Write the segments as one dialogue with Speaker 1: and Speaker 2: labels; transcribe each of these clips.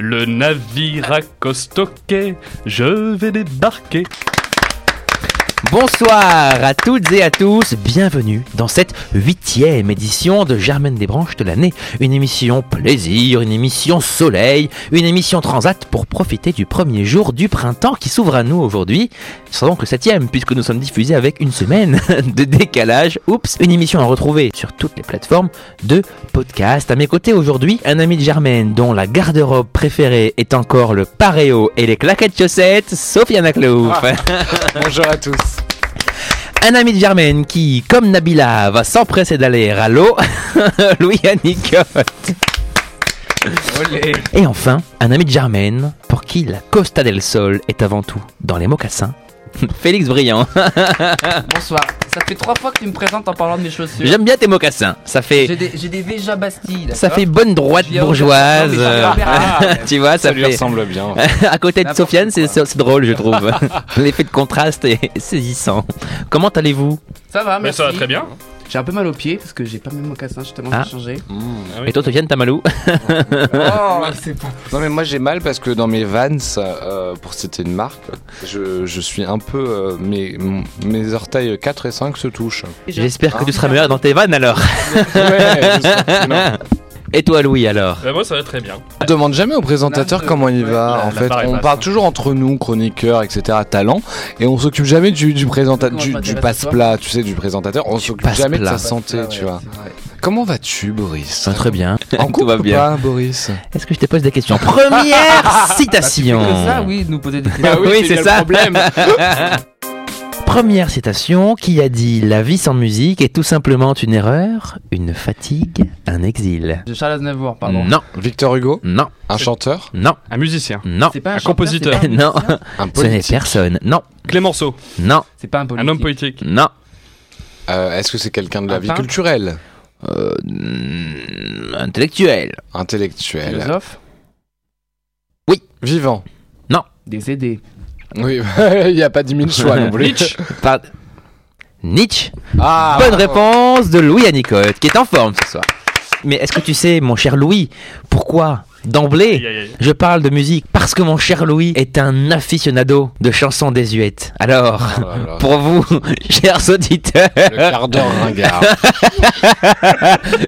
Speaker 1: Le navire accoste au quai, je vais débarquer.
Speaker 2: Bonsoir à toutes et à tous, bienvenue dans cette huitième édition de Germaine des Branches de l'année. Une émission plaisir, une émission soleil, une émission transat pour profiter du premier jour du printemps qui s'ouvre à nous aujourd'hui. Ce sera donc le septième puisque nous sommes diffusés avec une semaine de décalage. Oups, une émission à retrouver sur toutes les plateformes de podcast. À mes côtés aujourd'hui, un ami de Germaine dont la garde-robe préférée est encore le pareo et les claquettes chaussettes, Sofiane Aklouf.
Speaker 3: Bonjour à tous.
Speaker 2: Un ami de Germaine qui, comme Nabila, va s'empresser d'aller à l'eau, Louis Annicotte. Et enfin, un ami de Germaine pour qui la Costa del Sol est avant tout dans les mocassins, Félix Briand.
Speaker 4: Bonsoir. Ça fait trois fois que tu me présentes en parlant de mes chaussures.
Speaker 2: J'aime bien tes mocassins, ça
Speaker 4: J'ai
Speaker 2: fait,
Speaker 4: des, j'ai des Véja Bastille.
Speaker 2: ça
Speaker 4: d'accord
Speaker 2: fait bonne droite
Speaker 4: Je viens au-
Speaker 2: bourgeoise.
Speaker 4: Non, mais
Speaker 2: euh,
Speaker 4: ça fait
Speaker 3: Ah,
Speaker 2: tu vois,
Speaker 3: ça
Speaker 2: ça
Speaker 3: lui
Speaker 2: fait.
Speaker 3: ressemble bien.
Speaker 2: À côté de
Speaker 4: N'importe
Speaker 2: Sofiane, c'est
Speaker 4: quoi.
Speaker 2: c'est drôle, je trouve. L'effet de contraste est saisissant. Comment allez-vous
Speaker 4: Ça va,
Speaker 1: Ah, Mais
Speaker 4: merci.
Speaker 1: ça va très bien.
Speaker 4: J'ai un peu mal aux pieds parce que j'ai pas mes mocassins justement,
Speaker 2: Ah.
Speaker 4: j'ai changé.
Speaker 3: Mm.
Speaker 1: Ah oui.
Speaker 2: Et toi, Sofiane, t'as mal où
Speaker 4: Oh, c'est pas.
Speaker 3: Non mais moi j'ai mal parce que dans mes vans, euh, pour citer une marque, je, je suis un peu... euh, mes, mon- mes orteils 4 et 5 se touchent.
Speaker 2: J'espère
Speaker 4: Ah,
Speaker 2: que tu seras meilleur dans tes vannes alors.
Speaker 3: Ouais, je sens- non.
Speaker 2: Et toi, Louis, alors
Speaker 1: Bah, moi ça va très bien.
Speaker 3: on demande jamais au présentateur
Speaker 4: Non,
Speaker 3: comment il va.
Speaker 1: la-
Speaker 3: en
Speaker 1: la
Speaker 3: fait,
Speaker 1: barre est
Speaker 3: on
Speaker 1: basse,
Speaker 3: parle
Speaker 1: hein.
Speaker 3: toujours entre nous, chroniqueurs, etc., talents, et on s'occupe jamais du, du présentateur,
Speaker 4: Comment
Speaker 3: du,
Speaker 4: je
Speaker 3: du
Speaker 4: m'intéresse à
Speaker 3: passe-plat, tu sais, du présentateur. On s'occupe
Speaker 2: passe-plat.
Speaker 3: jamais de sa santé, tu vois. Comment vas-tu, Boris
Speaker 2: Ah, Très bien.
Speaker 3: En
Speaker 2: Tout
Speaker 3: couple
Speaker 2: va
Speaker 3: ou
Speaker 2: bien.
Speaker 3: pas, Boris
Speaker 2: Est-ce que je te pose des questions Première citation.
Speaker 4: Bah, Que ça, oui, de nous poser des questions.
Speaker 2: Bah oui, Oui, c'est c'est le ça.
Speaker 3: problème.
Speaker 2: Première citation qui a dit La vie sans musique est tout simplement une erreur, une fatigue, un exil.
Speaker 4: De Charles Aznavour, pardon.
Speaker 2: Non,
Speaker 3: Victor Hugo,
Speaker 2: non,
Speaker 3: un chanteur,
Speaker 2: non,
Speaker 1: Un musicien.
Speaker 2: non,
Speaker 4: C'est pas
Speaker 1: Un
Speaker 4: chanteur,
Speaker 1: compositeur.
Speaker 4: c'est pas un
Speaker 2: Non.
Speaker 4: musicien,
Speaker 3: un
Speaker 2: ce n'est
Speaker 3: politique.
Speaker 2: personne. Non,
Speaker 1: Clémenceau,
Speaker 2: non,
Speaker 4: C'est pas un politique.
Speaker 1: un homme politique.
Speaker 2: non.
Speaker 3: Euh, Est-ce que c'est quelqu'un de la
Speaker 4: Un
Speaker 3: vie
Speaker 4: peintre
Speaker 3: culturelle,
Speaker 2: Euh, mm, intellectuel.
Speaker 3: intellectuelle,
Speaker 4: Philosophe.
Speaker 3: vivant
Speaker 4: Décédé.
Speaker 3: Oui, il n'y a pas 10 000 choix non plus.
Speaker 1: Nietzsche.
Speaker 2: Pardon. Nietzsche.
Speaker 3: Ah,
Speaker 2: Bonne
Speaker 3: bravo.
Speaker 2: réponse de Louis Anicotte, qui est en forme ce soir. Mais est-ce que tu sais, mon cher Louis, pourquoi d'emblée
Speaker 1: Aïe, aïe, aïe.
Speaker 2: Je parle de musique parce que mon cher Louis est un aficionado de chansons désuètes. Alors,
Speaker 3: Oh là là,
Speaker 2: pour vous, chers auditeurs,
Speaker 3: Le quart d'heure ringard.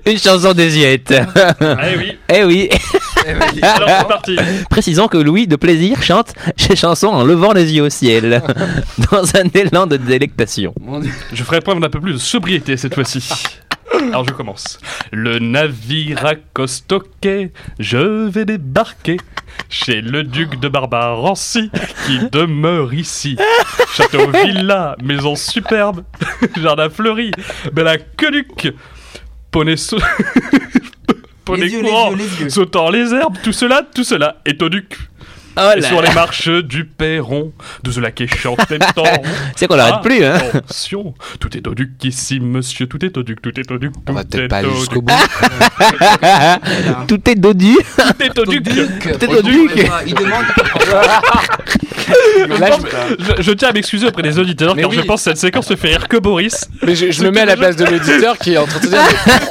Speaker 2: une chanson désuète.
Speaker 1: Ah eh oui.
Speaker 2: Eh oui,
Speaker 1: Alors c'est parti.
Speaker 2: précisons que Louis, de plaisir, chante ses chansons en levant les yeux au ciel, dans un élan de délectation.
Speaker 4: Mon Dieu.
Speaker 1: Je ferai preuve d'un peu plus de sobriété cette fois-ci. Alors je commence. Le navire accoste au quai, je vais débarquer chez le duc de Barbarancy qui demeure ici. Château, villa, maison superbe, jardin fleuri, bel aqueduc, poney, sau- poney
Speaker 4: Les yeux, les
Speaker 1: courant,
Speaker 4: yeux, les yeux.
Speaker 1: sautant les herbes, tout cela, tout cela est au duc.
Speaker 2: Oh
Speaker 1: Et
Speaker 2: là
Speaker 1: sur
Speaker 2: là.
Speaker 1: les marches du perron, de cela qui chante
Speaker 2: C'est qu'on
Speaker 1: Ah.
Speaker 2: l'arrête plus, hein
Speaker 1: Attention, tout est au duc ici, monsieur, tout est au duc, tout est au duc, tout
Speaker 3: On va
Speaker 1: est
Speaker 3: peut-être pas aller
Speaker 1: au
Speaker 3: jusqu'au
Speaker 1: duc,
Speaker 3: bout.
Speaker 2: Tout est dodu.
Speaker 1: tout est au duc.
Speaker 2: Peut-être
Speaker 4: Au
Speaker 2: au duc.
Speaker 4: Il demande.
Speaker 1: Je, pense- je- je tiens à m'excuser auprès des auditeurs
Speaker 3: Mais
Speaker 1: car
Speaker 3: oui.
Speaker 1: je pense que cette séquence ne fait rire que Boris.
Speaker 3: Mais je, je me mets à la place de l'auditeur qui est en train de se dire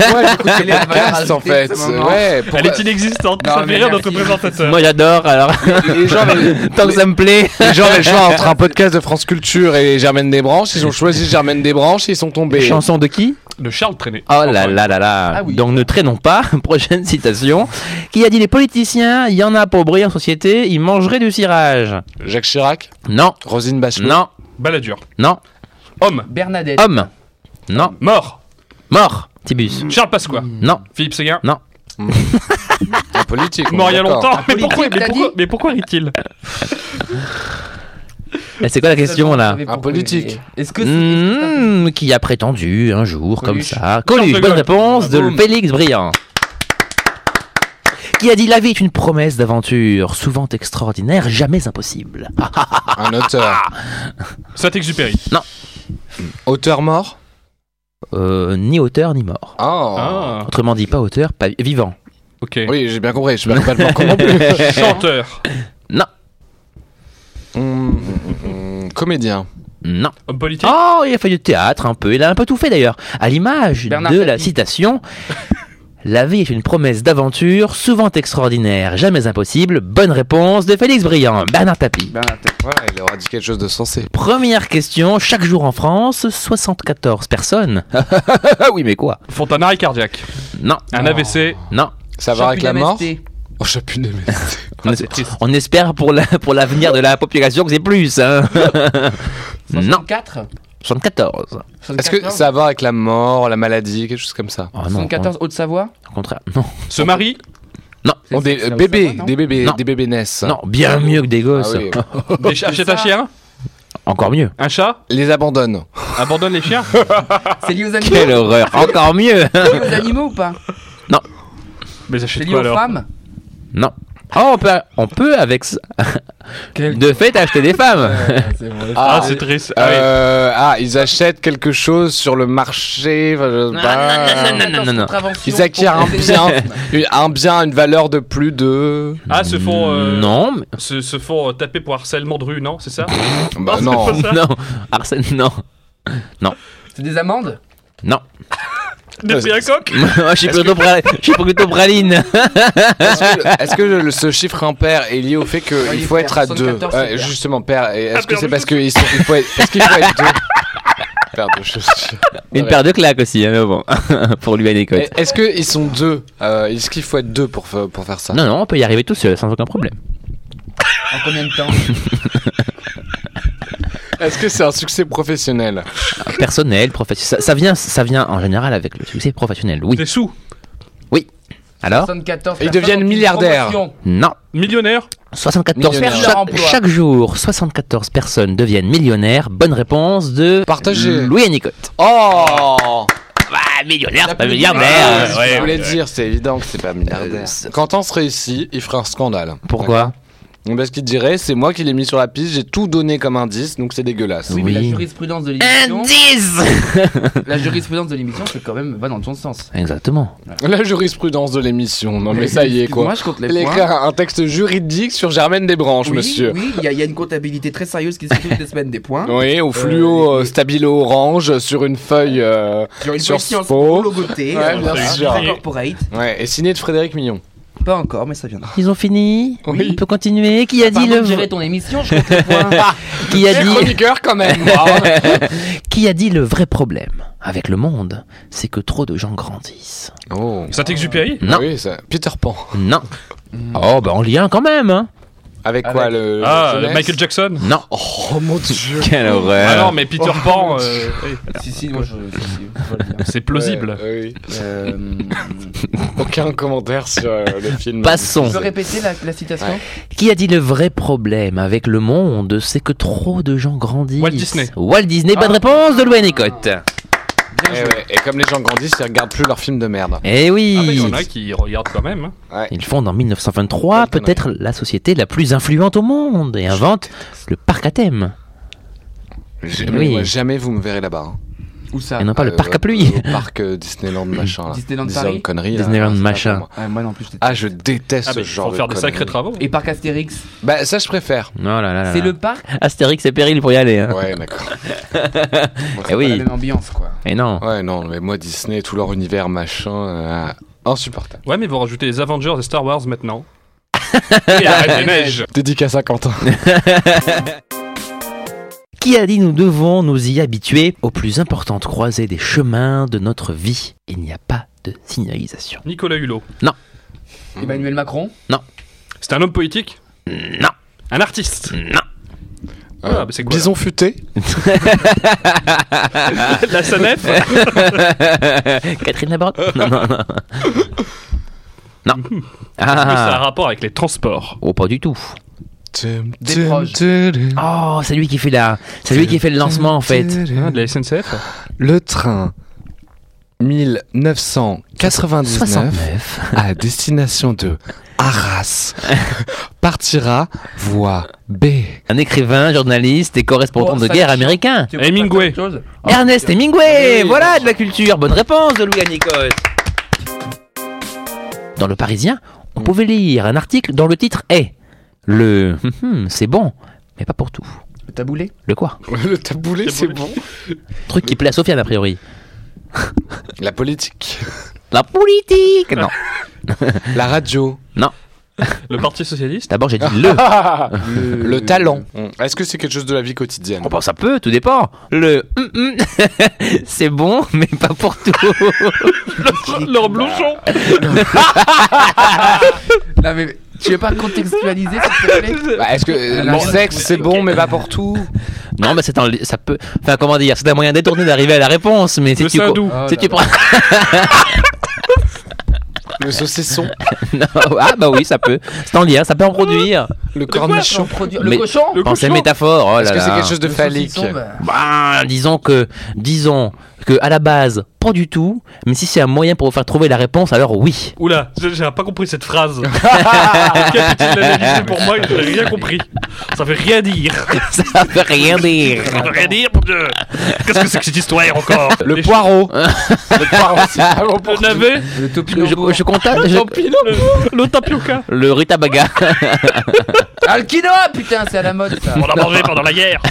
Speaker 3: mais Moi j'écoute
Speaker 4: Elle est
Speaker 3: le podcast en
Speaker 4: rajoutée,
Speaker 3: fait.
Speaker 4: ce moment.
Speaker 3: Ouais, pourquoi-
Speaker 1: Elle est inexistante,
Speaker 4: Non,
Speaker 1: ça fait
Speaker 4: mais
Speaker 1: rire notre
Speaker 4: merci.
Speaker 1: présentateur.
Speaker 2: Moi j'adore, alors,
Speaker 3: les gens avaient-
Speaker 2: tant que ça me plaît.
Speaker 3: les gens avaient le choix entre un podcast de France Culture et Germaine Desbranches. Ils ont choisi Germaine Desbranches et ils sont tombés.
Speaker 2: Chanson de qui
Speaker 1: De Charles Trenet.
Speaker 2: Oh là là là là
Speaker 4: Ah oui.
Speaker 2: Donc ne traînons pas, prochaine citation, qui a dit les politiciens, il y en a pour briller en société, ils mangeraient du cirage.
Speaker 3: Jacques Chirac,
Speaker 2: Non,
Speaker 3: Rosine Bachelot.
Speaker 2: non,
Speaker 1: Balladur.
Speaker 2: non,
Speaker 1: Homme.
Speaker 4: Bernadette.
Speaker 2: homme, non,
Speaker 1: Mort.
Speaker 2: mort, Tibus,
Speaker 1: Charles Pasqua.
Speaker 3: Mm.
Speaker 2: non,
Speaker 1: Philippe Séguin.
Speaker 3: Un politique. on est
Speaker 1: Mort il y a
Speaker 3: Oh, d'accord. Ah,
Speaker 1: longtemps. Mais
Speaker 4: politique,
Speaker 1: pourquoi, mais
Speaker 4: t'as
Speaker 1: pourquoi,
Speaker 4: dit
Speaker 1: mais pourquoi rit-il
Speaker 2: Eh, c'est quoi la question là
Speaker 3: Un politique.
Speaker 4: Est-ce que c'est.
Speaker 2: Hmm, Qui a prétendu un jour comme
Speaker 4: Coluche.
Speaker 2: ça
Speaker 1: Charles de
Speaker 2: Coluche, bonne
Speaker 1: Gaulle.
Speaker 2: réponse de
Speaker 4: Boum.
Speaker 2: Félix Briand. Qui a dit la vie est une promesse d'aventure, souvent extraordinaire, jamais impossible. Ah,
Speaker 3: Un auteur.
Speaker 1: Saint-Exupéry.
Speaker 3: Auteur mort
Speaker 2: euh, ni auteur ni mort.
Speaker 3: Oh.
Speaker 1: Ah,
Speaker 2: Autrement dit, pas auteur, pas vivant.
Speaker 1: ok.
Speaker 3: Oui, j'ai bien compris. Je ne pas le non plus.
Speaker 1: Chanteur.
Speaker 2: Non,
Speaker 3: Hum, hum, hum, comédien.
Speaker 2: non.
Speaker 1: Homme politique.
Speaker 2: Oh, il a fait du théâtre un peu. Il a un peu tout fait d'ailleurs. À l'image
Speaker 4: Bernard
Speaker 2: de la
Speaker 4: Tapie.
Speaker 2: citation, La vie est une promesse d'aventure, souvent extraordinaire, jamais impossible. Bonne réponse de Félix Briand, Bernard Tapie.
Speaker 4: Ben, attends.
Speaker 3: Voilà, il aura dit quelque chose de sensé.
Speaker 2: Première question, chaque jour en France, 74 personnes. Ah Oh. oui, mais quoi
Speaker 1: Fontanari cardiaque.
Speaker 2: Non,
Speaker 1: Un
Speaker 4: Non.
Speaker 1: AVC.
Speaker 2: non.
Speaker 3: Ça va avec la mort
Speaker 4: MST.
Speaker 3: Oh, chapune MST.
Speaker 2: On,
Speaker 1: Ah,
Speaker 2: es-
Speaker 1: c'est triste.
Speaker 2: on espère pour la- pour l'avenir de la population que c'est plus. hein. non, Ah
Speaker 4: 64
Speaker 2: 74.
Speaker 3: Est-ce que ça va avec la mort, la maladie, quelque chose comme ça
Speaker 2: Ah non,
Speaker 4: 74 Haute-Savoie
Speaker 2: au contraire. Non,
Speaker 1: Se marie.
Speaker 3: Bon, des
Speaker 4: c'est-
Speaker 3: euh,
Speaker 4: c'est-
Speaker 3: bébés,
Speaker 4: ça va, non
Speaker 3: des bébés,
Speaker 2: Non.
Speaker 3: des bébés naissent.
Speaker 2: non, bien mieux que des
Speaker 3: Ah
Speaker 2: gosses.
Speaker 3: oui.
Speaker 1: Des chi- Achète un
Speaker 4: ça.
Speaker 1: chien.
Speaker 2: Encore mieux.
Speaker 1: Un chat.
Speaker 3: Les abandonne.
Speaker 1: Abandonne les chiens.
Speaker 4: C'est lié aux animaux
Speaker 2: Quelle horreur. Encore mieux.
Speaker 4: C'est lié aux animaux ou pas
Speaker 1: Mais
Speaker 4: C'est
Speaker 1: achète
Speaker 4: lié
Speaker 1: quoi
Speaker 4: aux
Speaker 1: alors
Speaker 4: femmes
Speaker 2: Non. Ah, on peut, on peut avec ça- de fait acheter des femmes.
Speaker 4: C'est vrai.
Speaker 1: Ah, c'est triste. Ah, oui.
Speaker 3: Euh, ah, ils achètent quelque chose sur le marché. enfin, je sais pas.
Speaker 2: non, non, non, non, non.
Speaker 3: Ils acquièrent un bien, un bien, à une valeur de plus de.
Speaker 1: Ah, se font. euh,
Speaker 2: Non, mais-
Speaker 1: Se, se font euh, taper pour harcèlement de rue, non C'est ça
Speaker 3: Bah
Speaker 1: c'est pas
Speaker 3: non.
Speaker 1: ça.
Speaker 2: non, Arsène, non.
Speaker 4: C'est des amendes
Speaker 2: Non.
Speaker 1: Des prix à coque
Speaker 2: Moi, je suis plutôt, pra- je suis plutôt praline.
Speaker 3: Est-ce que, est-ce que le- ce chiffre impair est lié au fait
Speaker 4: il
Speaker 3: qu'il
Speaker 4: est
Speaker 3: faut
Speaker 4: pair,
Speaker 3: être à deux
Speaker 4: 74,
Speaker 3: Euh,
Speaker 4: c'est pair.
Speaker 3: Justement, père. et Est-ce que
Speaker 1: pair
Speaker 3: c'est
Speaker 1: de
Speaker 3: parce qu'il faut être, parce qu'il faut être deux Paire de chaussures.
Speaker 2: Une
Speaker 3: Ouais.
Speaker 2: paire de claques aussi, hein, mais bon. pour lui, anecdote.
Speaker 3: Et Est-ce qu'ils sont deux Euh, Est-ce qu'il faut être deux pour, fa- pour faire ça
Speaker 2: Non, non, on peut y arriver tout seul, sans aucun problème.
Speaker 4: En combien de temps
Speaker 3: Est-ce que c'est un succès professionnel
Speaker 2: Personnel, professionnel. Ça, ça vient, ça vient en général avec le succès professionnel, oui.
Speaker 1: Des sous.
Speaker 2: Alors
Speaker 4: 74
Speaker 3: Ils
Speaker 4: personnes
Speaker 3: deviennent
Speaker 4: ont une
Speaker 3: milliardaires.
Speaker 4: promotion.
Speaker 2: Non.
Speaker 1: Millionnaire.
Speaker 2: 74
Speaker 3: Millionnaire.
Speaker 2: personnes.
Speaker 4: Leur
Speaker 2: Chaque,
Speaker 4: emploi.
Speaker 2: chaque jour, 74 personnes deviennent millionnaires. Bonne réponse de
Speaker 3: Partagé.
Speaker 2: Louis Nicotte.
Speaker 3: Oh
Speaker 2: Bah, millionnaire, c'est pas
Speaker 3: L'applaudissements.
Speaker 2: milliardaire.
Speaker 3: Ah,
Speaker 1: ouais,
Speaker 3: je
Speaker 1: ouais,
Speaker 3: voulais
Speaker 1: ouais.
Speaker 3: dire, c'est évident que c'est pas milliardaire.
Speaker 2: Euh, c'est-
Speaker 3: Quand on serait ici, il ferait un scandale.
Speaker 2: Pourquoi
Speaker 3: D'accord. Parce qu'il dirait, c'est moi qui l'ai mis sur la piste, j'ai tout donné comme indice, donc c'est dégueulasse.
Speaker 4: Oui, mais la
Speaker 2: Oui.
Speaker 4: jurisprudence de l'émission,
Speaker 2: Indice
Speaker 4: la jurisprudence de l'émission, c'est quand même va dans ton sens.
Speaker 2: Exactement.
Speaker 3: La jurisprudence de l'émission, non mais ça y est quoi.
Speaker 4: Moi, je compte les
Speaker 3: Il écrit
Speaker 4: points.
Speaker 3: un texte juridique sur Germaine Desbranches,
Speaker 4: oui,
Speaker 3: monsieur.
Speaker 4: Oui, il y, a- il y a une comptabilité très sérieuse qui se fait toutes les semaines des points.
Speaker 3: Oui, au fluo euh, stabilo orange sur une feuille. euh,
Speaker 4: Genre une
Speaker 3: Sur
Speaker 4: conscience
Speaker 3: Spo.
Speaker 4: pour logotée,
Speaker 3: Ouais,
Speaker 4: euh,
Speaker 1: bien
Speaker 4: voilà,
Speaker 3: sûr.
Speaker 4: très corporate.
Speaker 3: Ouais, et signé de Frédéric Mignon.
Speaker 4: Pas encore, mais ça viendra.
Speaker 2: Ils ont fini
Speaker 3: Oui.
Speaker 2: On peut continuer
Speaker 1: Ah,
Speaker 2: Qui a
Speaker 4: Pardon
Speaker 2: dit le
Speaker 4: de gérer ton émission, je compte les points.
Speaker 2: Qui a
Speaker 3: Et
Speaker 2: dit Oh.
Speaker 3: chroniqueur quand même.
Speaker 2: Qui a dit le vrai problème avec le monde, c'est que trop de gens grandissent.
Speaker 3: oh.
Speaker 1: Saint-Exupéry.
Speaker 2: Non.
Speaker 3: Oui, ça. Peter Pan.
Speaker 2: Non. Oh, bah en lien quand même, hein
Speaker 3: Avec quoi
Speaker 4: Avec-
Speaker 3: le
Speaker 1: Ah,
Speaker 3: jeunesse
Speaker 1: Michael Jackson.
Speaker 2: Non.
Speaker 3: Oh mon dieu.
Speaker 2: Quelle horreur
Speaker 1: Ah non, mais Peter
Speaker 4: Oh,
Speaker 1: Pan, euh,
Speaker 4: si, si, moi, je. si, si, je vois bien.
Speaker 1: c'est plausible.
Speaker 3: Ouais, oui.
Speaker 4: Euh,
Speaker 3: Aucun commentaire sur euh, le film.
Speaker 2: Passons.
Speaker 4: tu peux répéter la, la citation
Speaker 3: Ouais.
Speaker 2: Qui a dit le vrai problème avec le monde, c'est que trop de gens grandissent
Speaker 1: Walt Disney.
Speaker 2: Walt Disney, bonne
Speaker 4: Ah.
Speaker 2: réponse de Louis Nicotte.
Speaker 3: Et, Eh ouais, et comme les gens grandissent, ils regardent plus leurs films de merde.
Speaker 2: Eh oui
Speaker 1: Ah, mais il y en a qui Ah, regardent quand même. hein.
Speaker 2: Ils fondent en 1923
Speaker 3: Quelle connerie.
Speaker 2: peut-être la société la plus influente au monde et inventent le parc à thème.
Speaker 3: Jamais,
Speaker 2: Oui.
Speaker 3: moi, jamais vous me verrez là-bas. hein.
Speaker 4: Ou ça
Speaker 2: Et non pas le
Speaker 3: Euh,
Speaker 2: parc à pluie.
Speaker 3: au parc euh, Disneyland machin. Là.
Speaker 4: Disneyland
Speaker 3: Des
Speaker 4: Paris.
Speaker 3: hommes conneries. là. Ah,
Speaker 2: Disneyland
Speaker 3: C'est pas
Speaker 2: machin.
Speaker 3: pour moi.
Speaker 4: Ouais, Moi non plus, je t'ai-
Speaker 3: Ah, je déteste
Speaker 1: Ah,
Speaker 3: ce
Speaker 1: mais il
Speaker 3: genre
Speaker 1: faut
Speaker 3: de
Speaker 1: faire des
Speaker 3: conneries.
Speaker 1: sacrés travaux.
Speaker 4: Et Parc Astérix,
Speaker 3: Bah, ça, je préfère.
Speaker 2: Oh là là là
Speaker 4: c'est
Speaker 2: là.
Speaker 4: le parc
Speaker 2: Astérix et Péril pour y aller. Hein.
Speaker 3: Ouais, d'accord.
Speaker 2: Eh
Speaker 4: Pas la
Speaker 2: oui.
Speaker 4: même ambiance, quoi.
Speaker 2: Et non.
Speaker 3: Ouais, non, mais moi, Disney, tout leur univers machin, euh, insupportable.
Speaker 1: Ouais, mais vous rajoutez les Avengers et Star Wars maintenant. et Ah, la Reine des Neiges.
Speaker 3: Dédicace à Quentin.
Speaker 2: Qui a dit nous devons nous y habituer aux plus importantes croisées des chemins de notre vie Il n'y a pas de signalisation.
Speaker 1: Nicolas Hulot.
Speaker 4: Emmanuel Macron
Speaker 1: C'est un homme politique
Speaker 2: Non,
Speaker 1: Un artiste
Speaker 2: non.
Speaker 1: Ah, bah, c'est quoi,
Speaker 3: Bison futé
Speaker 1: La SANEF
Speaker 2: Catherine Laborde Non, non, non. Non.
Speaker 1: Mais ça a un
Speaker 2: Ah,
Speaker 1: rapport avec les transports.
Speaker 2: oh, pas du tout.
Speaker 4: Des proches.
Speaker 2: Oh, c'est lui qui fait la... C'est lui qui fait le lancement en fait.
Speaker 1: Ah, de la SNCF
Speaker 3: Le train 1999
Speaker 2: 69.
Speaker 3: à destination de Arras partira voie B.
Speaker 2: Un écrivain, journaliste et correspondant
Speaker 4: Oh,
Speaker 2: de
Speaker 4: ça,
Speaker 2: guerre
Speaker 4: c'est
Speaker 2: américain.
Speaker 4: Tu veux
Speaker 1: Hemingway.
Speaker 4: pas faire autre chose
Speaker 2: Ah,
Speaker 4: Ah.
Speaker 2: Ernest Hemingway,
Speaker 4: Oui.
Speaker 2: voilà de la culture. Bonne réponse de Louis Nicotte. Dans le Parisien, on pouvait lire un article dont le titre est Le hum, hum, c'est bon, mais pas pour tout.
Speaker 4: Le taboulé
Speaker 2: Le quoi
Speaker 3: Le taboulé,
Speaker 1: c'est
Speaker 3: bon.
Speaker 2: Truc qui plaît à Sofiane a priori.
Speaker 3: La politique.
Speaker 2: La politique Non,
Speaker 3: La radio.
Speaker 1: Le Parti Socialiste
Speaker 2: d'abord j'ai dit le.
Speaker 1: Ah,
Speaker 3: le, talent. Euh, hmm. Est-ce que c'est quelque chose de la vie quotidienne
Speaker 2: Oh bah, ça peut, tout dépend. Le hum, hum, c'est bon, mais pas pour tout.
Speaker 1: Leur blouchon
Speaker 4: Non, mais tu veux pas contextualiser, s'il te plaît
Speaker 3: Bah, Est-ce que euh, le
Speaker 4: Bon.
Speaker 3: sexe c'est bon mais pas pour tout
Speaker 2: non, mais c'est un, ça peut. Enfin, comment dire, c'est un moyen détourné d'arriver à la réponse, mais si
Speaker 1: Le
Speaker 2: tu.
Speaker 1: Sadou
Speaker 4: Oh
Speaker 2: Si
Speaker 4: là
Speaker 2: tu prends.
Speaker 3: Le saucisson,
Speaker 2: Non, ah bah oui, ça peut. C'est en lien, ça peut en produire.
Speaker 3: le
Speaker 4: là.
Speaker 3: cornichon.
Speaker 4: Produire- Le
Speaker 2: Mais-
Speaker 4: cochon
Speaker 1: Le
Speaker 2: Pensez
Speaker 1: cochon.
Speaker 2: métaphore. Oh là
Speaker 3: Est-ce que c'est
Speaker 2: là.
Speaker 3: quelque chose de
Speaker 4: Le
Speaker 3: phallique
Speaker 4: saucisson, bah,
Speaker 2: Bah, disons que, disons que à la base, pas du tout. Mais si c'est un moyen pour vous faire trouver la réponse, alors oui.
Speaker 1: Oula, j'ai j'ai pas compris cette phrase. Quelqu'un qui l'a rédigée pour moi, j'ai rien compris. Ça veut rien dire.
Speaker 2: Ça veut rien dire.
Speaker 1: Ça veut rien dire, mon dieu. Qu'est-ce que c'est que cette histoire encore
Speaker 3: Le
Speaker 1: Les
Speaker 3: poireau. le poireau, c'est pas bon
Speaker 1: ch- Le
Speaker 3: pour tout.
Speaker 1: navet
Speaker 4: Le
Speaker 2: Je,
Speaker 4: topinambour.
Speaker 2: je contacte je-
Speaker 1: le, le tapioca.
Speaker 2: le rutabaga
Speaker 4: Ah, le quinoa, putain, c'est à la mode ça.
Speaker 1: On a mangé pendant la guerre.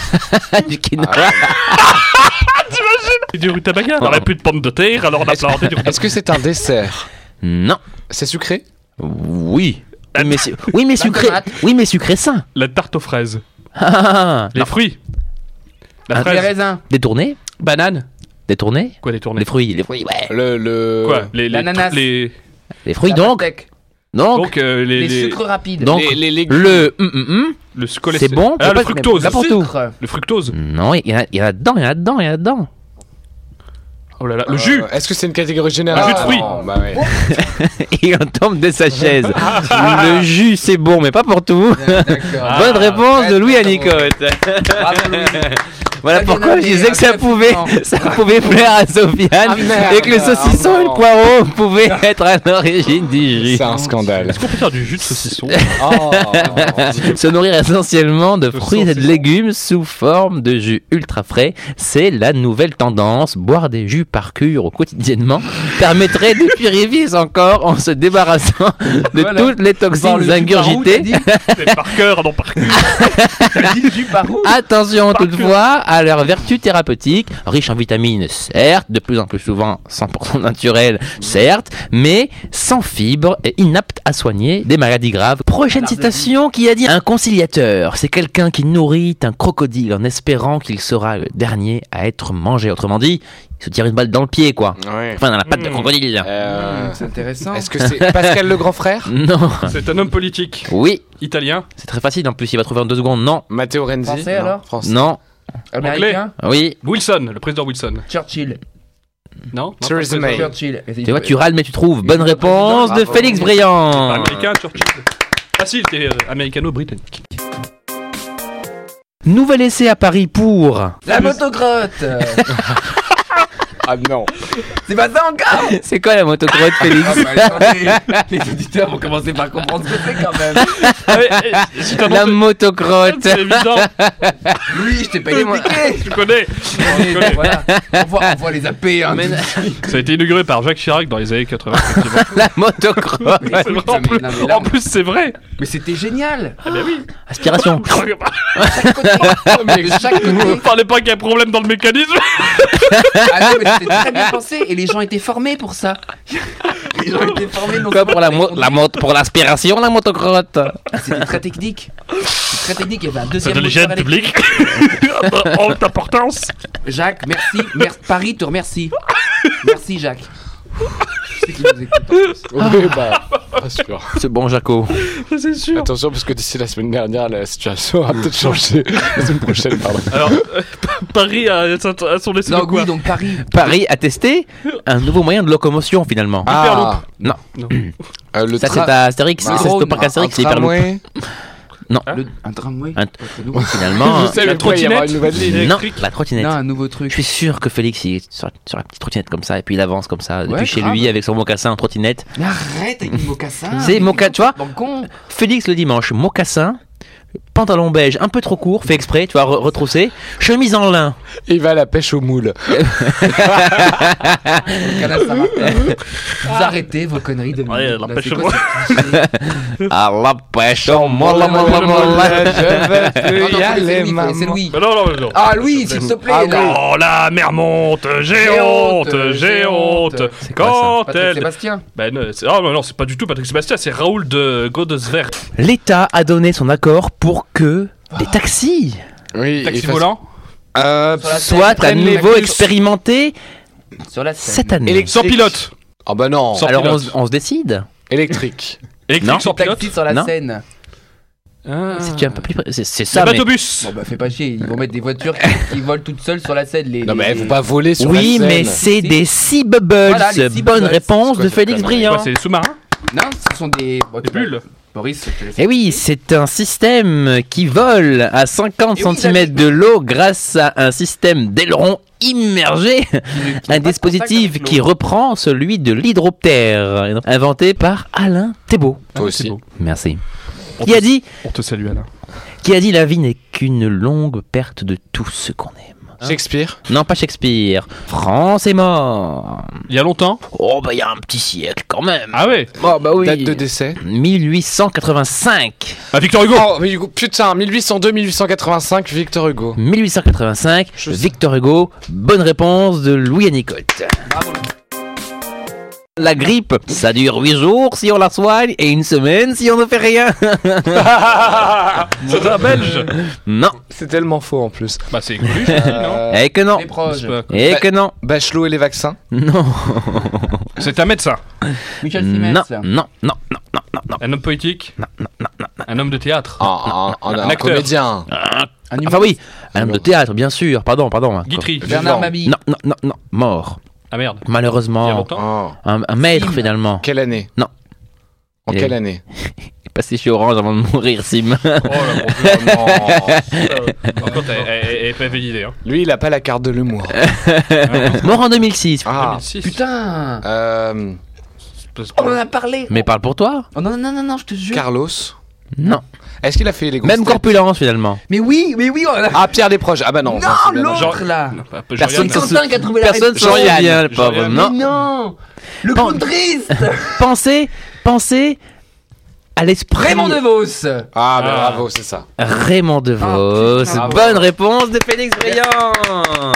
Speaker 2: du quinoa.
Speaker 3: Ah
Speaker 1: Et du rutabaga. On avait plus de pommes de terre, alors on a planté du rutabaga.
Speaker 3: Est-ce que c'est un dessert
Speaker 2: Non.
Speaker 3: C'est sucré
Speaker 2: Oui. Oui, Mais su- oui, mais
Speaker 4: La
Speaker 2: sucré.
Speaker 4: tomate.
Speaker 2: Oui, mais sucré sain.
Speaker 1: La tarte aux fraises.
Speaker 2: Ah,
Speaker 1: Les fruits. La
Speaker 2: Ah,
Speaker 4: Les
Speaker 1: fraise.
Speaker 4: raisins.
Speaker 2: détourné
Speaker 1: Banane.
Speaker 2: Détourné
Speaker 1: Quoi, les tournées
Speaker 2: Les fruits, les fruits, ouais.
Speaker 3: Le le
Speaker 1: Quoi les, les,
Speaker 4: L'ananas.
Speaker 1: les-
Speaker 2: Les fruits
Speaker 4: la
Speaker 2: donc.
Speaker 4: pastèque,
Speaker 2: Donc,
Speaker 1: Donc, euh, les,
Speaker 4: Les
Speaker 1: les-
Speaker 4: sucres rapides.
Speaker 2: donc
Speaker 3: les, les légumes.
Speaker 2: le. hum, hum, hum.
Speaker 1: le scolacé.
Speaker 2: C'est bon,
Speaker 1: Ah,
Speaker 2: mais
Speaker 1: le
Speaker 2: pas-
Speaker 1: fructose.
Speaker 2: mais pas pour tout.
Speaker 4: Sucre.
Speaker 1: Le fructose.
Speaker 2: Non, il y, en a- il y en a dedans, il y en a dedans, il y en a dedans.
Speaker 1: Oh là là. Le
Speaker 3: Euh,
Speaker 1: jus.
Speaker 3: Est-ce que c'est une catégorie générale
Speaker 1: Le jus de fruits.
Speaker 3: Non, bah ouais.
Speaker 2: Et on tombe de sa chaise. le jus, c'est bon, mais pas pour tout.
Speaker 4: D'accord.
Speaker 2: Bonne réponse de Louis
Speaker 4: Ouais,
Speaker 2: Anicotte.
Speaker 4: Ah, Bravo, Louis.
Speaker 2: Voilà
Speaker 4: Ouais,
Speaker 2: pourquoi
Speaker 4: bien
Speaker 2: je disais
Speaker 4: noté,
Speaker 2: que ça pouvait,
Speaker 4: absolument.
Speaker 2: ça pouvait plaire à
Speaker 4: Ah,
Speaker 2: Sofiane
Speaker 4: merde.
Speaker 2: et que le saucisson et le
Speaker 3: Ah,
Speaker 2: poireau pouvaient être à l'origine du jus.
Speaker 3: C'est un scandale.
Speaker 1: Est-ce qu'on peut faire du jus de saucisson
Speaker 3: Oh.
Speaker 2: Se nourrir essentiellement de
Speaker 1: Le
Speaker 2: fruits et de
Speaker 1: saucisson.
Speaker 2: légumes sous forme de jus ultra frais, c'est la nouvelle tendance. Boire des jus par cure au quotidiennement permettrait de purifier son corps en se débarrassant de
Speaker 4: Voilà.
Speaker 2: toutes les
Speaker 4: Par le
Speaker 2: toxines
Speaker 4: jus par
Speaker 2: ingurgitées.
Speaker 4: où,
Speaker 1: C'est par cœur, non par cul. Ah.
Speaker 4: T'as dit, T'as dit jus par où
Speaker 2: Attention toutefois à leur vertu thérapeutique, riche en vitamines certes, de plus en plus souvent 100% naturelles certes, mais sans fibres et inapte à soigner des maladies graves. Prochaine citation qui a dit un conciliateur, c'est quelqu'un qui nourrit un crocodile en espérant qu'il sera le dernier à être mangé. Autrement dit, il se tire une balle dans le pied quoi.
Speaker 3: Ouais.
Speaker 2: Enfin dans la patte de
Speaker 1: Mm.
Speaker 2: crocodile.
Speaker 3: Euh,
Speaker 4: C'est intéressant.
Speaker 3: Est-ce que c'est Pascal le grand frère
Speaker 2: Non.
Speaker 1: C'est un homme politique
Speaker 2: Oui,
Speaker 1: italien.
Speaker 2: c'est très facile en plus, il va trouver en deux secondes. Non.
Speaker 3: Matteo Renzi
Speaker 4: Français,
Speaker 3: Non.
Speaker 4: alors
Speaker 3: Français.
Speaker 2: Non.
Speaker 4: Américain
Speaker 2: Oui.
Speaker 1: Wilson, le président Wilson.
Speaker 4: Churchill.
Speaker 1: Non
Speaker 3: Theresa May.
Speaker 4: Churchill.
Speaker 2: Tu vois, tu râles mais tu trouves. Bonne
Speaker 4: Il est
Speaker 2: réponse de
Speaker 4: président,
Speaker 2: Félix
Speaker 4: bravo.
Speaker 1: Pas
Speaker 2: Briand.
Speaker 1: Américain, Churchill. Ah si, c'était euh, américano-britannique.
Speaker 2: Nouvel essai à Paris pour.
Speaker 4: La motogrotte
Speaker 3: Ah non.
Speaker 4: C'est pas ça encore
Speaker 2: C'est quoi la motocross, Félix
Speaker 4: Ah bah, attendez, Les auditeurs vont commencer par comprendre ce que c'est quand même.
Speaker 1: Ah, mais, eh, si t'as
Speaker 2: La
Speaker 1: monté-
Speaker 2: motocrotte
Speaker 1: c'est évident,
Speaker 4: Oui, je t'ai pas expliqué
Speaker 1: tu connais.
Speaker 4: Allez, bah, voilà. on, voit, on voit les AP. Hein,
Speaker 2: Mais-
Speaker 4: tout ça.
Speaker 1: Ça a été inauguré par Jacques Chirac dans les années 80. effectivement.
Speaker 2: La motocross
Speaker 1: C'est vrai, en,
Speaker 4: mais-
Speaker 1: plus,
Speaker 4: non, mais là,
Speaker 1: en plus, c'est vrai.
Speaker 4: Mais c'était génial
Speaker 2: Aspiration
Speaker 4: De Oh, chaque
Speaker 1: Ne
Speaker 4: côté.
Speaker 1: parlez pas qu'il y a un problème dans le mécanisme.
Speaker 4: Ah non, mais c'était très bien pensé et les gens étaient formés pour ça. Les gens étaient formés non
Speaker 2: Quoi
Speaker 4: seulement
Speaker 2: pour la mo- la mot- pour l'aspiration, la motocrotte
Speaker 4: C'était très technique. C'était très technique. Il y avait un
Speaker 1: C'est de
Speaker 4: deuxième moteur
Speaker 1: l'hygiène
Speaker 4: électrique.
Speaker 1: publique. en Ah, bah, haute importance.
Speaker 4: Jacques, merci. Mer- Paris te remercie. Merci, Jacques. Je sais qu'il nous écoute.
Speaker 3: Oui, bah, pas sûr.
Speaker 2: C'est bon, Jaco.
Speaker 1: C'est sûr.
Speaker 3: Attention, parce que d'ici la semaine dernière, la situation a peut-être changé. La semaine prochaine, pardon.
Speaker 1: Alors, euh, Paris a, a son essai de
Speaker 4: Non,
Speaker 1: quoi
Speaker 4: oui, donc Paris.
Speaker 2: Paris a testé un nouveau moyen de locomotion, finalement.
Speaker 1: Hyperloop.
Speaker 2: Non.
Speaker 1: Non.
Speaker 3: Euh, Ah, le
Speaker 2: Ça, c'est
Speaker 3: train.
Speaker 2: à Astérix,
Speaker 4: Un
Speaker 2: c'est au
Speaker 4: drone,
Speaker 2: parc
Speaker 4: un-
Speaker 2: Astérix, c'est
Speaker 3: un
Speaker 2: hyper lourd.
Speaker 3: tramway.
Speaker 4: Le- un tramway.
Speaker 2: Hein Un-
Speaker 4: Entre nous.
Speaker 2: Finalement,
Speaker 3: Je sais,
Speaker 1: La
Speaker 3: mais pourquoi il y avoir
Speaker 1: trottinette.
Speaker 3: une nouvelle ligne
Speaker 2: non,
Speaker 1: électrique.
Speaker 2: la
Speaker 4: Non,
Speaker 2: trottinette.
Speaker 4: un nouveau
Speaker 2: Je
Speaker 4: truc.
Speaker 2: suis sûr que Félix, il est sur, sur la petite trottinette comme ça, et puis il avance comme ça, depuis
Speaker 4: Ouais,
Speaker 2: chez
Speaker 4: grave. Ah,
Speaker 2: lui, avec son mocassin en trottinette.
Speaker 4: Mais arrête avec les mocassins.
Speaker 2: C'est
Speaker 4: Mais
Speaker 2: moca-
Speaker 4: non,
Speaker 2: tu vois
Speaker 4: bon con.
Speaker 2: Félix, le dimanche, mocassin, pantalon beige un peu trop court, fait exprès, tu vois, re- retroussé, chemise en lin.
Speaker 3: Il va à la pêche au moule.
Speaker 4: Canal Saint-Martin.
Speaker 2: Ah.
Speaker 4: Vous arrêtez vos conneries de
Speaker 1: Ouais, la
Speaker 4: Là,
Speaker 1: pêche
Speaker 4: c'est
Speaker 1: au moule.
Speaker 4: quoi, cette cliché
Speaker 2: À la pêche au
Speaker 3: Molle,
Speaker 2: Oh,
Speaker 3: molle, molle, je veux
Speaker 4: Non,
Speaker 3: plus
Speaker 4: non,
Speaker 3: y
Speaker 4: c'est Louis,
Speaker 3: aller,
Speaker 4: faut- c'est
Speaker 3: maman.
Speaker 4: Louis.
Speaker 1: Mais Bah non, non, non.
Speaker 4: Ah, Louis, s'il te plaît,
Speaker 3: Ah,
Speaker 4: là.
Speaker 1: Quand la mer monte, j'ai
Speaker 4: J'ai
Speaker 1: honte,
Speaker 4: honte,
Speaker 1: j'ai
Speaker 4: j'ai
Speaker 1: honte.
Speaker 4: honte.
Speaker 2: C'est quoi, ça
Speaker 1: Quand
Speaker 4: Patrick
Speaker 1: elle.
Speaker 4: Sébastien.
Speaker 1: Ben, non, c'est- ah, non, non, c'est pas du tout Patrick Sébastien, c'est Raoul de Godesvert.
Speaker 2: L'État a donné son accord pour que des taxis
Speaker 3: Oui,
Speaker 1: Taxi
Speaker 3: il fasse-
Speaker 1: volant
Speaker 3: Euh,
Speaker 4: Sur la scène,
Speaker 2: soient à
Speaker 3: prennent les
Speaker 2: nouveau
Speaker 3: taxis.
Speaker 2: expérimentés
Speaker 4: Sur la scène.
Speaker 2: cette année.
Speaker 3: Élect-
Speaker 1: Sans pilote
Speaker 3: Ah bah non,
Speaker 1: Sans-
Speaker 2: Alors on,
Speaker 1: pilote.
Speaker 2: se- on se décide.
Speaker 3: électrique.
Speaker 1: Électrique
Speaker 2: Non.
Speaker 1: sans pilote Ah.
Speaker 4: Taxi sur la
Speaker 2: Non.
Speaker 4: scène.
Speaker 2: Si tu es un peu plus près- c'est- c'est
Speaker 1: Le
Speaker 2: ça. mais-
Speaker 1: bateau-bus
Speaker 4: Bon bah fais pas chier, ils vont mettre des voitures qui, qui volent toutes seules sur la scène. Les,
Speaker 3: Non mais
Speaker 4: les-
Speaker 3: elles vont pas voler sur
Speaker 2: Oui,
Speaker 3: la
Speaker 2: mais
Speaker 3: scène.
Speaker 2: c'est
Speaker 4: Si.
Speaker 2: des Sea Bubbles.
Speaker 4: Voilà, les Sea
Speaker 2: Bonne
Speaker 4: Bubbles.
Speaker 2: réponse de
Speaker 3: C'est quoi cette
Speaker 2: Félix
Speaker 3: connerie
Speaker 2: Briand.
Speaker 1: Quoi, C'est sous-marin
Speaker 4: Non, ce sont des... Bon,
Speaker 1: Des
Speaker 4: tu
Speaker 1: bulles
Speaker 4: Boris, je te laisse.
Speaker 2: Eh oui, c'est un système qui vole à 50
Speaker 4: Eh oui,
Speaker 2: cm
Speaker 4: David.
Speaker 2: de l'eau grâce à un système d'aileron immergé, un dispositif
Speaker 4: avec l'eau.
Speaker 2: qui reprend celui de l'hydroptère, inventé par Alain Thébault.
Speaker 1: Ah,
Speaker 3: Toi aussi.
Speaker 2: Merci.
Speaker 1: On
Speaker 2: Qui a
Speaker 1: te,
Speaker 2: dit,
Speaker 1: on te salue Alain.
Speaker 2: qui a dit la vie n'est qu'une longue perte de tout ce qu'on aime.
Speaker 3: Shakespeare.
Speaker 2: Non, pas Shakespeare. France est mort.
Speaker 1: Il y a longtemps
Speaker 2: Oh, bah, il y a un petit siècle quand même.
Speaker 1: Ah ouais
Speaker 2: Oh, bah oui.
Speaker 3: Date de décès.
Speaker 2: 1885.
Speaker 1: Ah Victor Hugo
Speaker 3: Oh, mais Hugo, putain, 1802-1885, Victor Hugo.
Speaker 2: 1885,
Speaker 3: Je sais.
Speaker 2: Victor Hugo, bonne réponse de Louis Anicotte. La grippe, ça dure 8 jours si on la soigne et une semaine si on ne fait rien.
Speaker 1: C'est un belge
Speaker 2: Non,
Speaker 3: C'est tellement faux en plus.
Speaker 1: Bah c'est Coluche, aussi, non
Speaker 3: Euh,
Speaker 2: et que non,
Speaker 4: Les proches.
Speaker 1: C'est pas-
Speaker 2: et
Speaker 3: Bah-
Speaker 2: que non,
Speaker 3: Bachelot et les vaccins.
Speaker 2: non,
Speaker 1: C'est un médecin,
Speaker 4: Michel Simès.
Speaker 2: non, non, non, non, non, non, non.
Speaker 1: un homme politique Un homme de théâtre
Speaker 3: Ah. Un, un- un- un
Speaker 1: acteur.
Speaker 3: comédien.
Speaker 4: Un humour-
Speaker 2: Enfin oui, un homme de théâtre, bien sûr, pardon, pardon. hein.
Speaker 1: Guitry
Speaker 4: Bernard
Speaker 3: Vivant.
Speaker 4: Mabille.
Speaker 2: Non, non, non, non, mort,
Speaker 1: Ah merde Il y a
Speaker 2: malheureusement.
Speaker 1: longtemps
Speaker 3: Oh.
Speaker 2: Un, un maître
Speaker 4: Sim.
Speaker 2: finalement.
Speaker 3: Quelle année
Speaker 2: Non.
Speaker 3: En
Speaker 2: Et-
Speaker 3: quelle année
Speaker 2: Il est passé chez Orange avant de mourir, Sim.
Speaker 1: Oh là mon dieu Par contre, elle- elle elle est pas validée hein.
Speaker 3: Lui, il a pas la carte de l'humour.
Speaker 2: Mort en 2006.
Speaker 3: Ah.
Speaker 1: 2006.
Speaker 4: Putain
Speaker 3: Euh,
Speaker 1: Parce que-
Speaker 4: On en a parlé
Speaker 2: Mais parle pour toi
Speaker 4: Oh, Non, non, non, non, je te jure.
Speaker 3: Carlos.
Speaker 2: Non.
Speaker 3: Est-ce qu'il a fait les grosses
Speaker 2: Même
Speaker 3: têtes
Speaker 2: corpulence finalement.
Speaker 4: Mais oui, mais oui, on en a...
Speaker 3: Ah, Pierre Desproges. Ah bah non.
Speaker 4: Non,
Speaker 3: enfin, c'est bien
Speaker 4: l'autre
Speaker 1: Jean-
Speaker 4: là
Speaker 1: Non, pas- je
Speaker 2: Personne
Speaker 1: regarde.
Speaker 2: s'en
Speaker 4: Quentin qui a trouvé la
Speaker 2: Personne
Speaker 4: réponse.
Speaker 2: s'en souvient,
Speaker 1: Jean-Yann.
Speaker 2: le pauvre.
Speaker 1: Jean-Yann.
Speaker 4: Mais
Speaker 2: Non.
Speaker 4: non Le
Speaker 2: Pan-
Speaker 4: clown triste
Speaker 2: Pensez, pensez à l'esprit.
Speaker 4: Raymond DeVos
Speaker 3: Ah, bah
Speaker 1: Ah.
Speaker 3: bravo, c'est ça.
Speaker 2: Raymond
Speaker 4: Ah,
Speaker 2: DeVos.
Speaker 4: putain, bravo.
Speaker 2: Bonne réponse de Félix Briand.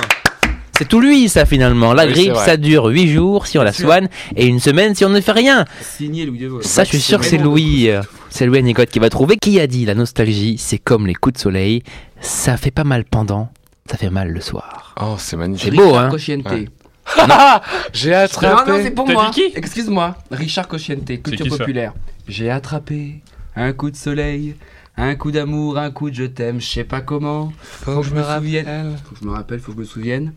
Speaker 2: C'est tout lui ça finalement. La
Speaker 3: Oui, c'est
Speaker 2: grippe
Speaker 3: vrai.
Speaker 2: ça dure 8 jours si on la
Speaker 4: sûr.
Speaker 2: soigne et une semaine si on ne fait rien.
Speaker 4: Signé Louis DeVos.
Speaker 2: Ça je suis sûr que c'est Louis. euh, C'est Louis Anicotte qui va trouver. Qui a dit la nostalgie c'est comme les coups de soleil. Ça fait pas mal pendant, ça fait mal le soir.
Speaker 3: Oh, c'est
Speaker 2: C'est
Speaker 3: magnifique.
Speaker 2: beau hein.
Speaker 4: Cochiente.
Speaker 3: Ouais. J'ai attrapé.
Speaker 4: Non, non, c'est pour
Speaker 1: T'as dit
Speaker 4: moi.
Speaker 1: qui
Speaker 4: Excuse-moi. Richard Cochiente,
Speaker 1: qui,
Speaker 4: culture
Speaker 1: ça
Speaker 4: populaire. J'ai attrapé un coup de soleil, un coup d'amour, un coup de je t'aime, je sais pas comment.
Speaker 3: Faut que je me
Speaker 4: souvienne. Faut que je me rappelle, faut que je me souvienne.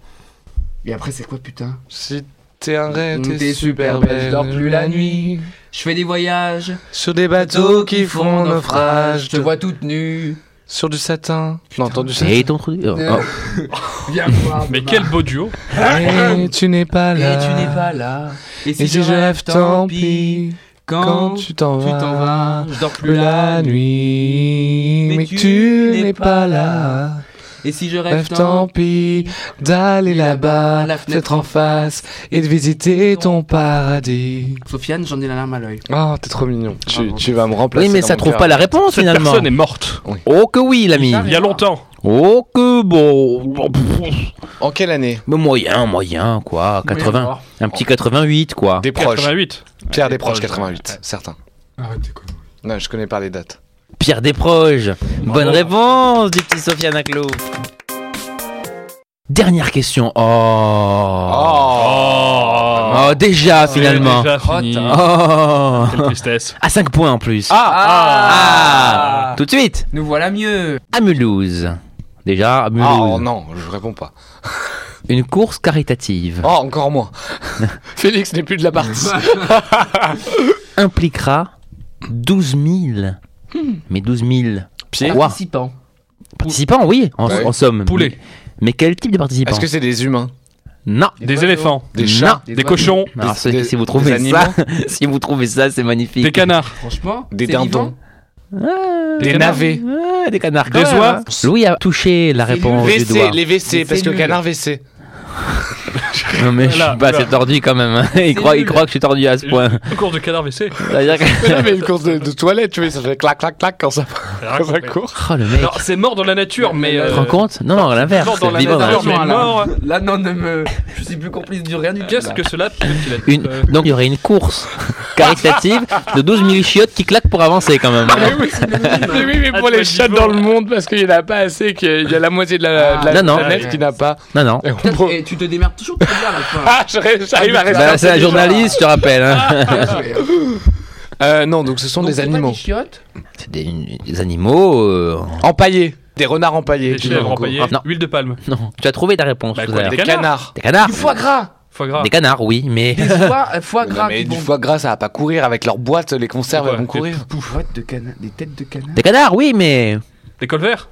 Speaker 4: Et après, c'est quoi, putain
Speaker 3: Si t'es un rêve,
Speaker 4: Mm,
Speaker 3: t'es super belle.
Speaker 4: je dors plus la nuit. Je fais des voyages,
Speaker 3: Sur des bateaux qui font naufrage.
Speaker 4: Je te vois toute nue.
Speaker 3: Sur du satin. Non, entendu ça.
Speaker 2: Et ton truc.
Speaker 4: Euh,
Speaker 2: oh, oh.
Speaker 4: Viens me voir.
Speaker 1: Mais
Speaker 4: demain.
Speaker 1: quel beau duo
Speaker 3: Et tu n'es pas
Speaker 4: Et
Speaker 3: là.
Speaker 4: tu n'es pas là. Et
Speaker 3: Et si je rêve, tant pis. Quand tu t'en
Speaker 4: tu t'en
Speaker 3: vas.
Speaker 4: vas, je dors plus
Speaker 3: Plus la
Speaker 4: la nuit.
Speaker 3: nuit, mais que tu n'es pas là.
Speaker 4: Et si je
Speaker 3: Rêve
Speaker 4: rêve,
Speaker 3: tant
Speaker 4: tant pis.
Speaker 3: pis d'aller
Speaker 4: À
Speaker 3: là-bas,
Speaker 4: la fenêtre.
Speaker 3: d'être en face et de visiter ton paradis.
Speaker 4: Sofiane, j'en ai la larme à l'œil.
Speaker 3: Oh, t'es trop mignon. Tu,
Speaker 4: Bravo.
Speaker 3: tu vas me remplacer.
Speaker 2: Oui mais
Speaker 3: dans
Speaker 2: ça
Speaker 3: mon
Speaker 2: trouve
Speaker 3: cœur.
Speaker 2: pas la réponse
Speaker 1: Cette
Speaker 2: finalement.
Speaker 1: personne est morte
Speaker 2: Oh que oui l'ami.
Speaker 1: Il y a longtemps
Speaker 2: Oh que bon. pff,
Speaker 3: En quelle année
Speaker 2: Mais moyen, moyen quoi. 80.
Speaker 4: mort.
Speaker 2: Un petit 88 quoi.
Speaker 3: Des proches.
Speaker 1: 88
Speaker 3: Pierre
Speaker 1: des
Speaker 3: Desproges,
Speaker 1: proches.
Speaker 3: 88, certain.
Speaker 4: Arrête, quoi.
Speaker 3: Non, je connais pas les dates.
Speaker 2: Pierre Desproges. Bonne réponse du petit Sofiane Aclo. Dernière question. Oh.
Speaker 1: Oh
Speaker 2: Oh, déjà finalement.
Speaker 1: C'est déjà fini.
Speaker 4: Oh,
Speaker 2: Oh.
Speaker 1: Quelle tristesse
Speaker 2: À 5 points en plus.
Speaker 4: Ah,
Speaker 2: Ah. Tout de suite.
Speaker 4: Nous voilà mieux.
Speaker 2: À Mulhouse. Déjà, à Mulhouse.
Speaker 3: Oh non, je réponds pas.
Speaker 2: Une course caritative
Speaker 3: Oh, encore moins. Félix n'est plus de la partie.
Speaker 2: impliquera 12 000.
Speaker 3: Hmm.
Speaker 2: Mais 12 000
Speaker 3: Pieds
Speaker 2: Quoi
Speaker 4: Participants.
Speaker 2: Participants, oui, en,
Speaker 3: Bah oui.
Speaker 2: en somme.
Speaker 1: Poulet.
Speaker 2: Mais, mais quel type de participants
Speaker 3: Est-ce que c'est des humains
Speaker 2: Non.
Speaker 1: Des éléphants
Speaker 3: Des
Speaker 2: Non.
Speaker 3: chats
Speaker 1: Des,
Speaker 4: Des oiseaux.
Speaker 1: cochons
Speaker 2: Alors,
Speaker 3: Des-
Speaker 2: ce-
Speaker 3: des-
Speaker 2: si
Speaker 3: des
Speaker 2: vous trouvez ça,
Speaker 3: animaux
Speaker 2: si vous trouvez ça, c'est magnifique.
Speaker 1: Des canards
Speaker 4: Franchement,
Speaker 3: Des
Speaker 4: c'est
Speaker 3: dindons.
Speaker 4: vivant.
Speaker 3: Des navets.
Speaker 2: Ah, des canards.
Speaker 3: Des
Speaker 2: Quand même,
Speaker 3: oies.
Speaker 2: hein. Louis a touché la
Speaker 4: C'est
Speaker 2: réponse du
Speaker 3: WC,
Speaker 2: doigt.
Speaker 3: les WC, parce que
Speaker 4: nul.
Speaker 3: canard WC.
Speaker 2: Non
Speaker 1: Voilà,
Speaker 2: mais je suis pas
Speaker 1: voilà.
Speaker 2: assez tordu quand même. hein. Il croit, il
Speaker 1: nul.
Speaker 2: croit que je suis tordu à ce point.
Speaker 1: Le cours de canard WC.
Speaker 2: C'est-à-dire que-
Speaker 3: Mais non, mais une course de, de toilette, tu vois, ça fait clac, clac, clac quand ça,
Speaker 1: Ah,
Speaker 3: quand ça court.
Speaker 2: Oh le mec.
Speaker 1: Non, c'est mort dans la nature, mais.
Speaker 2: Tu te
Speaker 1: euh,
Speaker 2: rends compte Non, non, à l'inverse.
Speaker 1: mort dans la
Speaker 2: vivant dans la
Speaker 1: nature,
Speaker 2: nature.
Speaker 1: mais mort.
Speaker 4: Là, non, ne me. Je suis plus complice du rien du tout.
Speaker 1: Qu'est-ce
Speaker 4: là.
Speaker 1: que cela euh, peut
Speaker 2: Une- Donc il y aurait une course caritative de 12 000 chiottes qui claquent pour avancer quand même. hein.
Speaker 3: Mais oui, mais
Speaker 1: Ah,
Speaker 3: pour
Speaker 1: tu
Speaker 3: les
Speaker 1: vas
Speaker 3: chats
Speaker 1: vivre.
Speaker 3: dans le monde, parce qu'il n'y en a pas assez, qu'il y a la moitié de la, de la
Speaker 2: Ah, non, non.
Speaker 3: planète qui n'a pas.
Speaker 2: Non, non.
Speaker 3: Et on
Speaker 4: Putain,
Speaker 3: pro-
Speaker 4: Et tu te démerdes toujours très bien à la fin.
Speaker 3: Ah, je- j'arrive à rester.
Speaker 2: Bah, c'est la journaliste, je te rappelle.
Speaker 4: Ah.
Speaker 2: hein.
Speaker 3: Euh, non, donc ce sont
Speaker 4: Donc,
Speaker 3: des
Speaker 4: c'est pas
Speaker 3: animaux.
Speaker 4: Des chiottes
Speaker 2: C'est des, des animaux. euh,
Speaker 3: Empaillés. Des renards empaillés.
Speaker 1: Des chèvres empaillées,
Speaker 3: Ah,
Speaker 2: Non.
Speaker 1: huile de palme,
Speaker 2: Non, tu as trouvé ta réponse.
Speaker 1: Bah,
Speaker 2: tout à
Speaker 1: quoi,
Speaker 2: l'heure.
Speaker 3: Des
Speaker 1: Des canards.
Speaker 3: canards.
Speaker 2: Des canards.
Speaker 4: Du foie gras
Speaker 1: foie gras.
Speaker 2: Des canards, oui, mais
Speaker 4: Des foie, euh, foie
Speaker 3: Non,
Speaker 4: gras
Speaker 3: mais
Speaker 4: qui
Speaker 3: du
Speaker 4: vont-
Speaker 3: foie gras, ça va pas courir avec leurs boîtes, les conserves,
Speaker 1: Ouais,
Speaker 3: elles vont
Speaker 1: des
Speaker 3: courir.
Speaker 4: Boîte de canard, des têtes de canard.
Speaker 2: des canards, oui, mais
Speaker 1: Des colverts.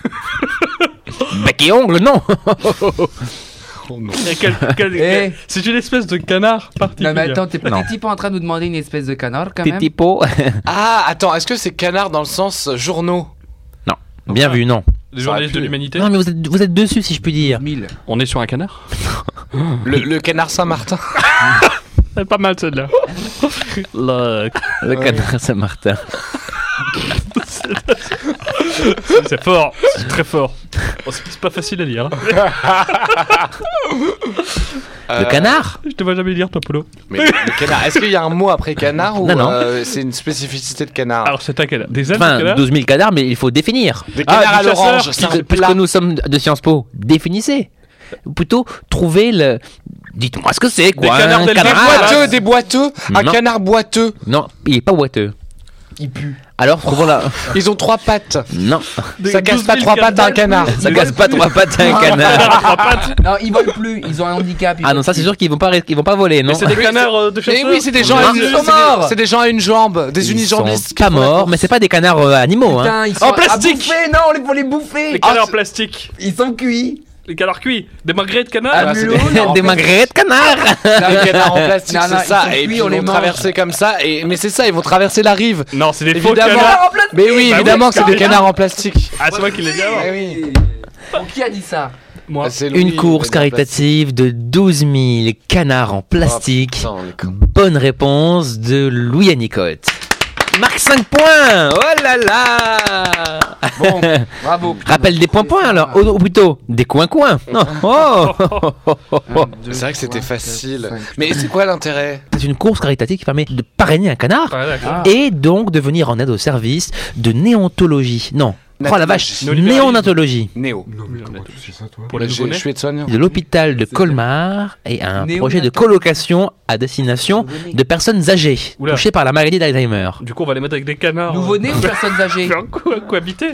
Speaker 1: Bah,
Speaker 2: bec et ongles, bah, non.
Speaker 1: Oh,
Speaker 4: Eh.
Speaker 1: C'est une espèce de canard particulier.
Speaker 4: Non mais attends, t'es pas,
Speaker 2: Non.
Speaker 4: t'es pas en train de nous demander une espèce de canard quand
Speaker 2: Petit
Speaker 4: même
Speaker 2: typo.
Speaker 3: Ah, attends, est-ce que c'est canard dans le sens euh, journaux
Speaker 2: Bien vu, non.
Speaker 1: Des
Speaker 3: Ça
Speaker 1: journalistes
Speaker 3: aurait
Speaker 1: de
Speaker 3: pu.
Speaker 1: l'humanité.
Speaker 2: Non, mais vous êtes, vous êtes dessus, si je puis dire.
Speaker 4: 1000.
Speaker 1: On est sur un canard.
Speaker 3: le, le canard Saint-Martin
Speaker 1: C'est pas mal celle-là. Le...
Speaker 2: Le canard Saint-Martin.
Speaker 1: C'est fort, c'est très fort. Bon, Oh, c'est c'est pas facile à lire. hein.
Speaker 3: Euh,
Speaker 2: Le canard
Speaker 1: Je te vois jamais lire toi Polo.
Speaker 3: mais le- le canard, Est-ce qu'il y a un mot après canard ou
Speaker 2: Non, non.
Speaker 3: euh, c'est une spécificité de canard
Speaker 1: Ah. Alors c'est un canard. Des ailes de
Speaker 2: Enfin,
Speaker 1: canard.
Speaker 2: 12 000 canards, mais il faut définir.
Speaker 3: Des
Speaker 1: Ah,
Speaker 3: canards à
Speaker 1: du chasseur
Speaker 3: l'orange,
Speaker 1: qui
Speaker 3: c'est un
Speaker 2: Puisque, puisque
Speaker 3: plat.
Speaker 2: nous sommes de Sciences Po, définissez. Ou Plutôt, trouvez le. Dites-moi ce que c'est, quoi.
Speaker 1: Des canards
Speaker 2: un
Speaker 1: d'élevage,
Speaker 3: Des
Speaker 2: canard.
Speaker 3: boiteux, des boiteux Un
Speaker 2: Ah, Non.
Speaker 3: canard boiteux
Speaker 2: Non, il est pas boiteux.
Speaker 4: Il pue.
Speaker 2: Alors, trouvons
Speaker 1: Oh.
Speaker 2: la.
Speaker 3: Ils ont trois pattes
Speaker 2: Non,
Speaker 1: Des
Speaker 3: Ça casse
Speaker 1: 12
Speaker 3: pas
Speaker 1: 000
Speaker 3: trois pattes d'un canard Eh
Speaker 2: ça casse pas trois pattes à un canard.
Speaker 4: Non, ils volent plus, ils ont un handicap. ils
Speaker 2: Ah non,
Speaker 4: volent
Speaker 2: ça c'est
Speaker 4: plus.
Speaker 2: sûr qu'ils vont pas, ils vont pas voler, non
Speaker 1: Mais c'est des canards euh, de
Speaker 3: Mais
Speaker 1: chasseurs.
Speaker 3: oui, c'est des gens
Speaker 2: Non,
Speaker 3: à
Speaker 4: ils
Speaker 3: une
Speaker 4: sont
Speaker 3: c'est des-
Speaker 4: morts.
Speaker 3: C'est des gens à une jambe, des
Speaker 2: Ils sont
Speaker 3: unijambistes qui
Speaker 2: pas
Speaker 3: font la
Speaker 2: morts,
Speaker 3: course.
Speaker 2: mais c'est pas des canards euh, animaux, hein.
Speaker 4: Putain, ils sont
Speaker 1: En
Speaker 4: à
Speaker 1: plastique.
Speaker 4: bouffer, Non, il faut les bouffer
Speaker 1: Les canards
Speaker 3: Ah,
Speaker 1: en
Speaker 3: c'est-
Speaker 1: plastique.
Speaker 4: Ils sont cuits
Speaker 1: Les canards cuits. Des magrets de canard.
Speaker 4: Ah,
Speaker 3: bah, c'est
Speaker 4: mulot, non, en
Speaker 2: des
Speaker 4: fait,
Speaker 2: magrets de canards
Speaker 3: Des canards en plastique,
Speaker 4: Non, non,
Speaker 3: c'est
Speaker 4: ils sont
Speaker 3: ça Et
Speaker 4: cuits,
Speaker 3: puis
Speaker 4: on
Speaker 3: ils
Speaker 4: les
Speaker 3: vont
Speaker 4: mange.
Speaker 3: traverser comme ça, et- mais c'est ça, ils vont traverser la rive
Speaker 1: Non, c'est des faux
Speaker 3: Évidemment.
Speaker 1: canards.
Speaker 4: Ah, en plastique
Speaker 3: Mais oui,
Speaker 1: Bah oui,
Speaker 3: évidemment que c'est des
Speaker 1: canards.
Speaker 3: canards en plastique
Speaker 1: Ah, c'est moi qui l'ai dit avant.
Speaker 3: Eh oui.
Speaker 4: Bon, Qui a dit ça
Speaker 1: Moi.
Speaker 3: Ah, c'est Louis,
Speaker 2: Une course
Speaker 3: le canard en plastique.
Speaker 2: caritative de 12 000 canards en plastique.
Speaker 3: Oh,
Speaker 4: Ah,
Speaker 3: Putain, le con.
Speaker 2: Bonne réponse de Louis Anicotte. Marque 5 points Oh là là
Speaker 4: Bon, bravo. putain,
Speaker 2: Rappel des points-points alors, ou, ou plutôt des coins-coins. Non. Oh,
Speaker 4: Un, deux,
Speaker 3: C'est vrai que c'était
Speaker 4: trois, quatre,
Speaker 3: facile.
Speaker 4: cinq.
Speaker 3: Mais c'est quoi l'intérêt
Speaker 2: C'est une course caritative qui permet de parrainer un canard
Speaker 1: Ah, d'accord.
Speaker 4: Ah.
Speaker 2: et donc de venir en aide au service de néontologie. Non. Oh la vache,
Speaker 1: Néolibéralisme.
Speaker 2: néonatologie.
Speaker 3: Néo.
Speaker 1: Pour les
Speaker 3: Je je
Speaker 1: nouveau-nés.
Speaker 3: suis aide-soignant.
Speaker 2: de l'hôpital de Colmar et à un
Speaker 4: Néonatologie.
Speaker 2: projet de colocation à destination de personnes âgées
Speaker 1: Oula.
Speaker 2: touchées par la maladie d'Alzheimer.
Speaker 1: Du coup, on va les mettre avec des canards.
Speaker 4: Ah. Nouveau-né ou personnes âgées
Speaker 1: Faire quoi cohabiter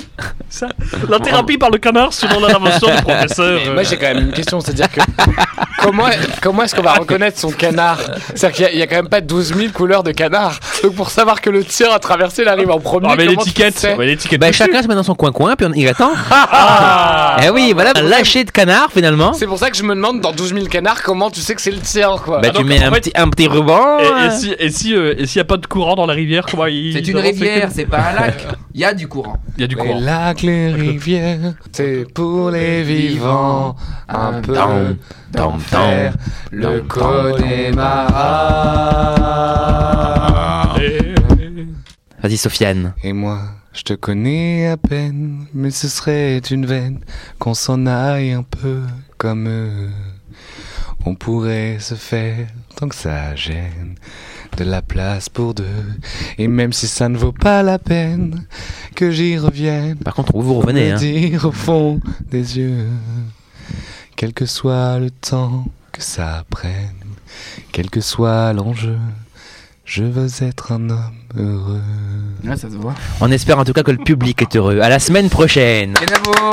Speaker 1: Ça La thérapie par le canard selon l'invention du professeur.
Speaker 3: Mais
Speaker 1: euh,
Speaker 3: Moi j'ai quand même une question, c'est-à-dire que comment, comment est-ce qu'on va reconnaître son canard C'est-à-dire qu'il y a- il y a, quand même pas 12 000 couleurs de canard. Donc pour savoir que le tien a traversé la rive en premier,
Speaker 1: on met
Speaker 3: comment tu
Speaker 1: Ah, l'étiquette.
Speaker 3: sais
Speaker 1: on met l'étiquette
Speaker 4: Bah,
Speaker 2: Ben,
Speaker 1: dessus.
Speaker 2: chacun se met dans son coin-coin, puis on, il attend.
Speaker 1: Ah,
Speaker 4: Ah.
Speaker 2: eh oui, voilà, un lâcher de canard finalement.
Speaker 3: C'est pour ça que je me demande dans 12 000 canards comment tu sais que c'est le tien quoi.
Speaker 2: Bah,
Speaker 1: Ah,
Speaker 2: tu
Speaker 1: donc,
Speaker 2: mets
Speaker 1: en
Speaker 2: un,
Speaker 1: fait-
Speaker 2: petit, un petit ruban.
Speaker 1: Et, et
Speaker 2: euh,
Speaker 1: si et si euh, et s'il y a pas de courant dans la rivière, comment il
Speaker 4: C'est
Speaker 1: il
Speaker 4: une
Speaker 1: avance avec
Speaker 4: rivière, c'est pas un lac. Il y a du courant.
Speaker 1: les- Il y a du courant.
Speaker 3: lacs, les rivières, c'est pour les
Speaker 4: vivants, un peu
Speaker 2: Dam, dam, d'enfer, le dam, dam.
Speaker 3: Connemara.
Speaker 1: Et- et-
Speaker 2: Vas-y, Sofiane.
Speaker 3: Et moi, je te connais à peine, mais ce serait une veine qu'on s'en aille un peu comme eux. On pourrait se faire, tant que ça gêne, de la place pour deux. Et même si ça ne vaut pas la peine que j'y revienne,
Speaker 2: Par contre, où vous
Speaker 1: Euh,
Speaker 2: revenez
Speaker 3: me
Speaker 2: hein.
Speaker 3: dire au fond des yeux, quel que soit le temps que ça prenne, quel que soit l'enjeu, je veux être un homme heureux.
Speaker 4: Ouais, ça se voit.
Speaker 2: On espère en tout cas que le public est heureux. À la semaine prochaine.
Speaker 4: Bravo